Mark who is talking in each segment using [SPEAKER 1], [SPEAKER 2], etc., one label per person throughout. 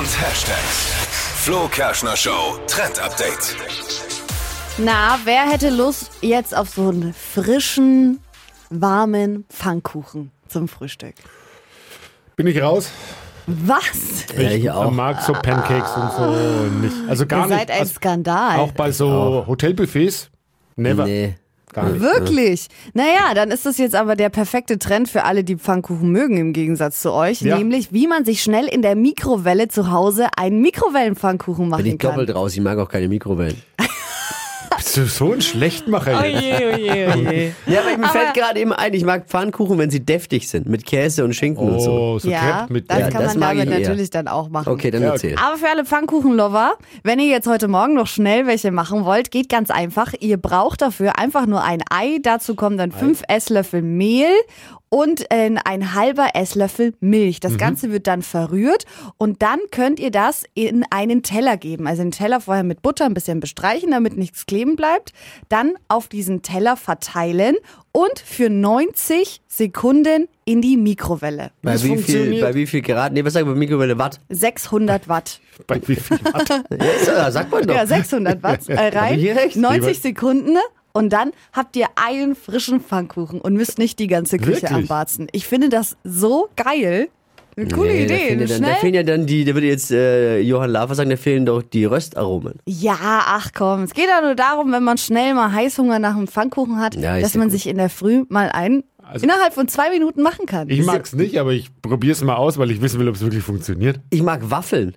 [SPEAKER 1] Hashtags. Flo Kerschner Show Trend Update.
[SPEAKER 2] Na, wer hätte Lust jetzt auf so einen frischen, warmen Pfannkuchen zum Frühstück?
[SPEAKER 3] Bin ich raus?
[SPEAKER 2] Was?
[SPEAKER 3] Ich,
[SPEAKER 4] ich auch.
[SPEAKER 3] mag so Pancakes und so nicht. Also gar
[SPEAKER 2] Ihr seid
[SPEAKER 3] nicht.
[SPEAKER 2] ein
[SPEAKER 3] also
[SPEAKER 2] Skandal.
[SPEAKER 3] auch bei so Hotelbuffets? Never.
[SPEAKER 4] Nee.
[SPEAKER 3] Gar nicht.
[SPEAKER 2] Wirklich? Naja, dann ist das jetzt aber der perfekte Trend für alle, die Pfannkuchen mögen, im Gegensatz zu euch.
[SPEAKER 3] Ja.
[SPEAKER 2] Nämlich, wie man sich schnell in der Mikrowelle zu Hause einen Mikrowellenpfannkuchen machen
[SPEAKER 4] Bin ich
[SPEAKER 2] kann.
[SPEAKER 4] doppelt raus, ich mag auch keine Mikrowellen.
[SPEAKER 3] Bist du so ein Schlechtmacher? jetzt?
[SPEAKER 4] Ja, aber mir fällt gerade eben ein, ich mag Pfannkuchen, wenn sie deftig sind, mit Käse und Schinken und so.
[SPEAKER 3] Oh, so
[SPEAKER 2] ja,
[SPEAKER 3] Crepe mit
[SPEAKER 2] das
[SPEAKER 4] Ja,
[SPEAKER 2] kann
[SPEAKER 4] das
[SPEAKER 2] man
[SPEAKER 4] mag
[SPEAKER 2] damit
[SPEAKER 4] ich eher.
[SPEAKER 2] natürlich dann auch machen.
[SPEAKER 4] Okay, dann
[SPEAKER 3] Ja,
[SPEAKER 4] erzähl.
[SPEAKER 2] Aber für alle Pfannkuchenlover, wenn ihr jetzt heute Morgen noch schnell welche machen wollt, geht ganz einfach. Ihr braucht dafür einfach nur ein Ei. Dazu kommen dann fünf Esslöffel Mehl und äh, ein halber Esslöffel Milch. Das Ganze wird dann verrührt und dann könnt ihr das in einen Teller geben. Also den Teller vorher mit Butter ein bisschen bestreichen, damit nichts kleben bleibt. Dann auf diesen Teller verteilen und für 90 Sekunden in die Mikrowelle.
[SPEAKER 4] Bei
[SPEAKER 3] Das
[SPEAKER 4] wie, viel,
[SPEAKER 3] funktioniert.
[SPEAKER 4] bei wie viel Grad? Nee, was sagen wir bei Mikrowelle? Watt?
[SPEAKER 2] 600 Watt.
[SPEAKER 3] bei wie viel Watt?
[SPEAKER 4] Ja, sagt man doch.
[SPEAKER 2] Ja, 600 Watt äh, rein,
[SPEAKER 4] ich recht?
[SPEAKER 2] 90
[SPEAKER 3] Lieber-
[SPEAKER 2] Sekunden und dann habt ihr einen frischen Pfannkuchen und müsst nicht die ganze Küche
[SPEAKER 3] Wirklich?
[SPEAKER 2] anbarzen. Ich finde das so geil. Eine coole
[SPEAKER 4] Nee, da
[SPEAKER 2] Idee.
[SPEAKER 4] fehlen ja
[SPEAKER 2] Eine
[SPEAKER 4] dann, da fehlen
[SPEAKER 2] Schnell.
[SPEAKER 4] ja dann die, da würde jetzt äh, Johann Lafer sagen, da fehlen doch die Röstaromen.
[SPEAKER 2] Ja, ach komm. Es geht ja nur darum, wenn man schnell mal Heißhunger nach einem Pfannkuchen hat,
[SPEAKER 4] Ja, ist
[SPEAKER 2] dass
[SPEAKER 4] ja
[SPEAKER 2] man
[SPEAKER 4] gut.
[SPEAKER 2] sich in der Früh mal einen
[SPEAKER 3] Also-
[SPEAKER 2] innerhalb von zwei Minuten machen kann.
[SPEAKER 3] Ich mag's nicht, aber ich probier's mal aus, weil ich wissen will, ob es wirklich funktioniert.
[SPEAKER 4] Ich mag Waffeln.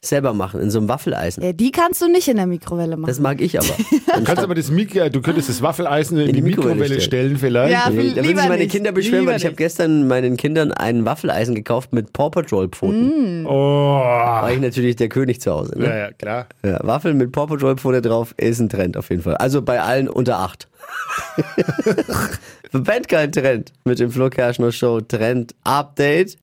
[SPEAKER 4] Selber machen, in so einem Waffeleisen.
[SPEAKER 2] ja, die kannst du nicht in der Mikrowelle machen.
[SPEAKER 4] Das mag ich aber.
[SPEAKER 3] Du kannst aber das Mikro, äh, du könntest das Waffeleisen in, die Mikrowelle, stellen, vielleicht.
[SPEAKER 2] Ja,
[SPEAKER 4] Nee, da würden
[SPEAKER 2] Lieber
[SPEAKER 4] sich meine
[SPEAKER 2] nicht,
[SPEAKER 4] Kinder beschweren,
[SPEAKER 2] lieber
[SPEAKER 4] weil ich habe
[SPEAKER 2] nicht.
[SPEAKER 4] gestern meinen Kindern ein Waffeleisen gekauft mit Paw Patrol Pfoten.
[SPEAKER 2] Mm.
[SPEAKER 3] Oh.
[SPEAKER 4] War ich natürlich der König zu Hause. Ne?
[SPEAKER 3] Ja, ja, klar.
[SPEAKER 4] Ja, Waffeln mit Paw Patrol Pfote drauf ist ein Trend auf jeden Fall. Also bei allen unter acht. Verpennt kein Trend mit dem Flo Kerschner Show Trend Update.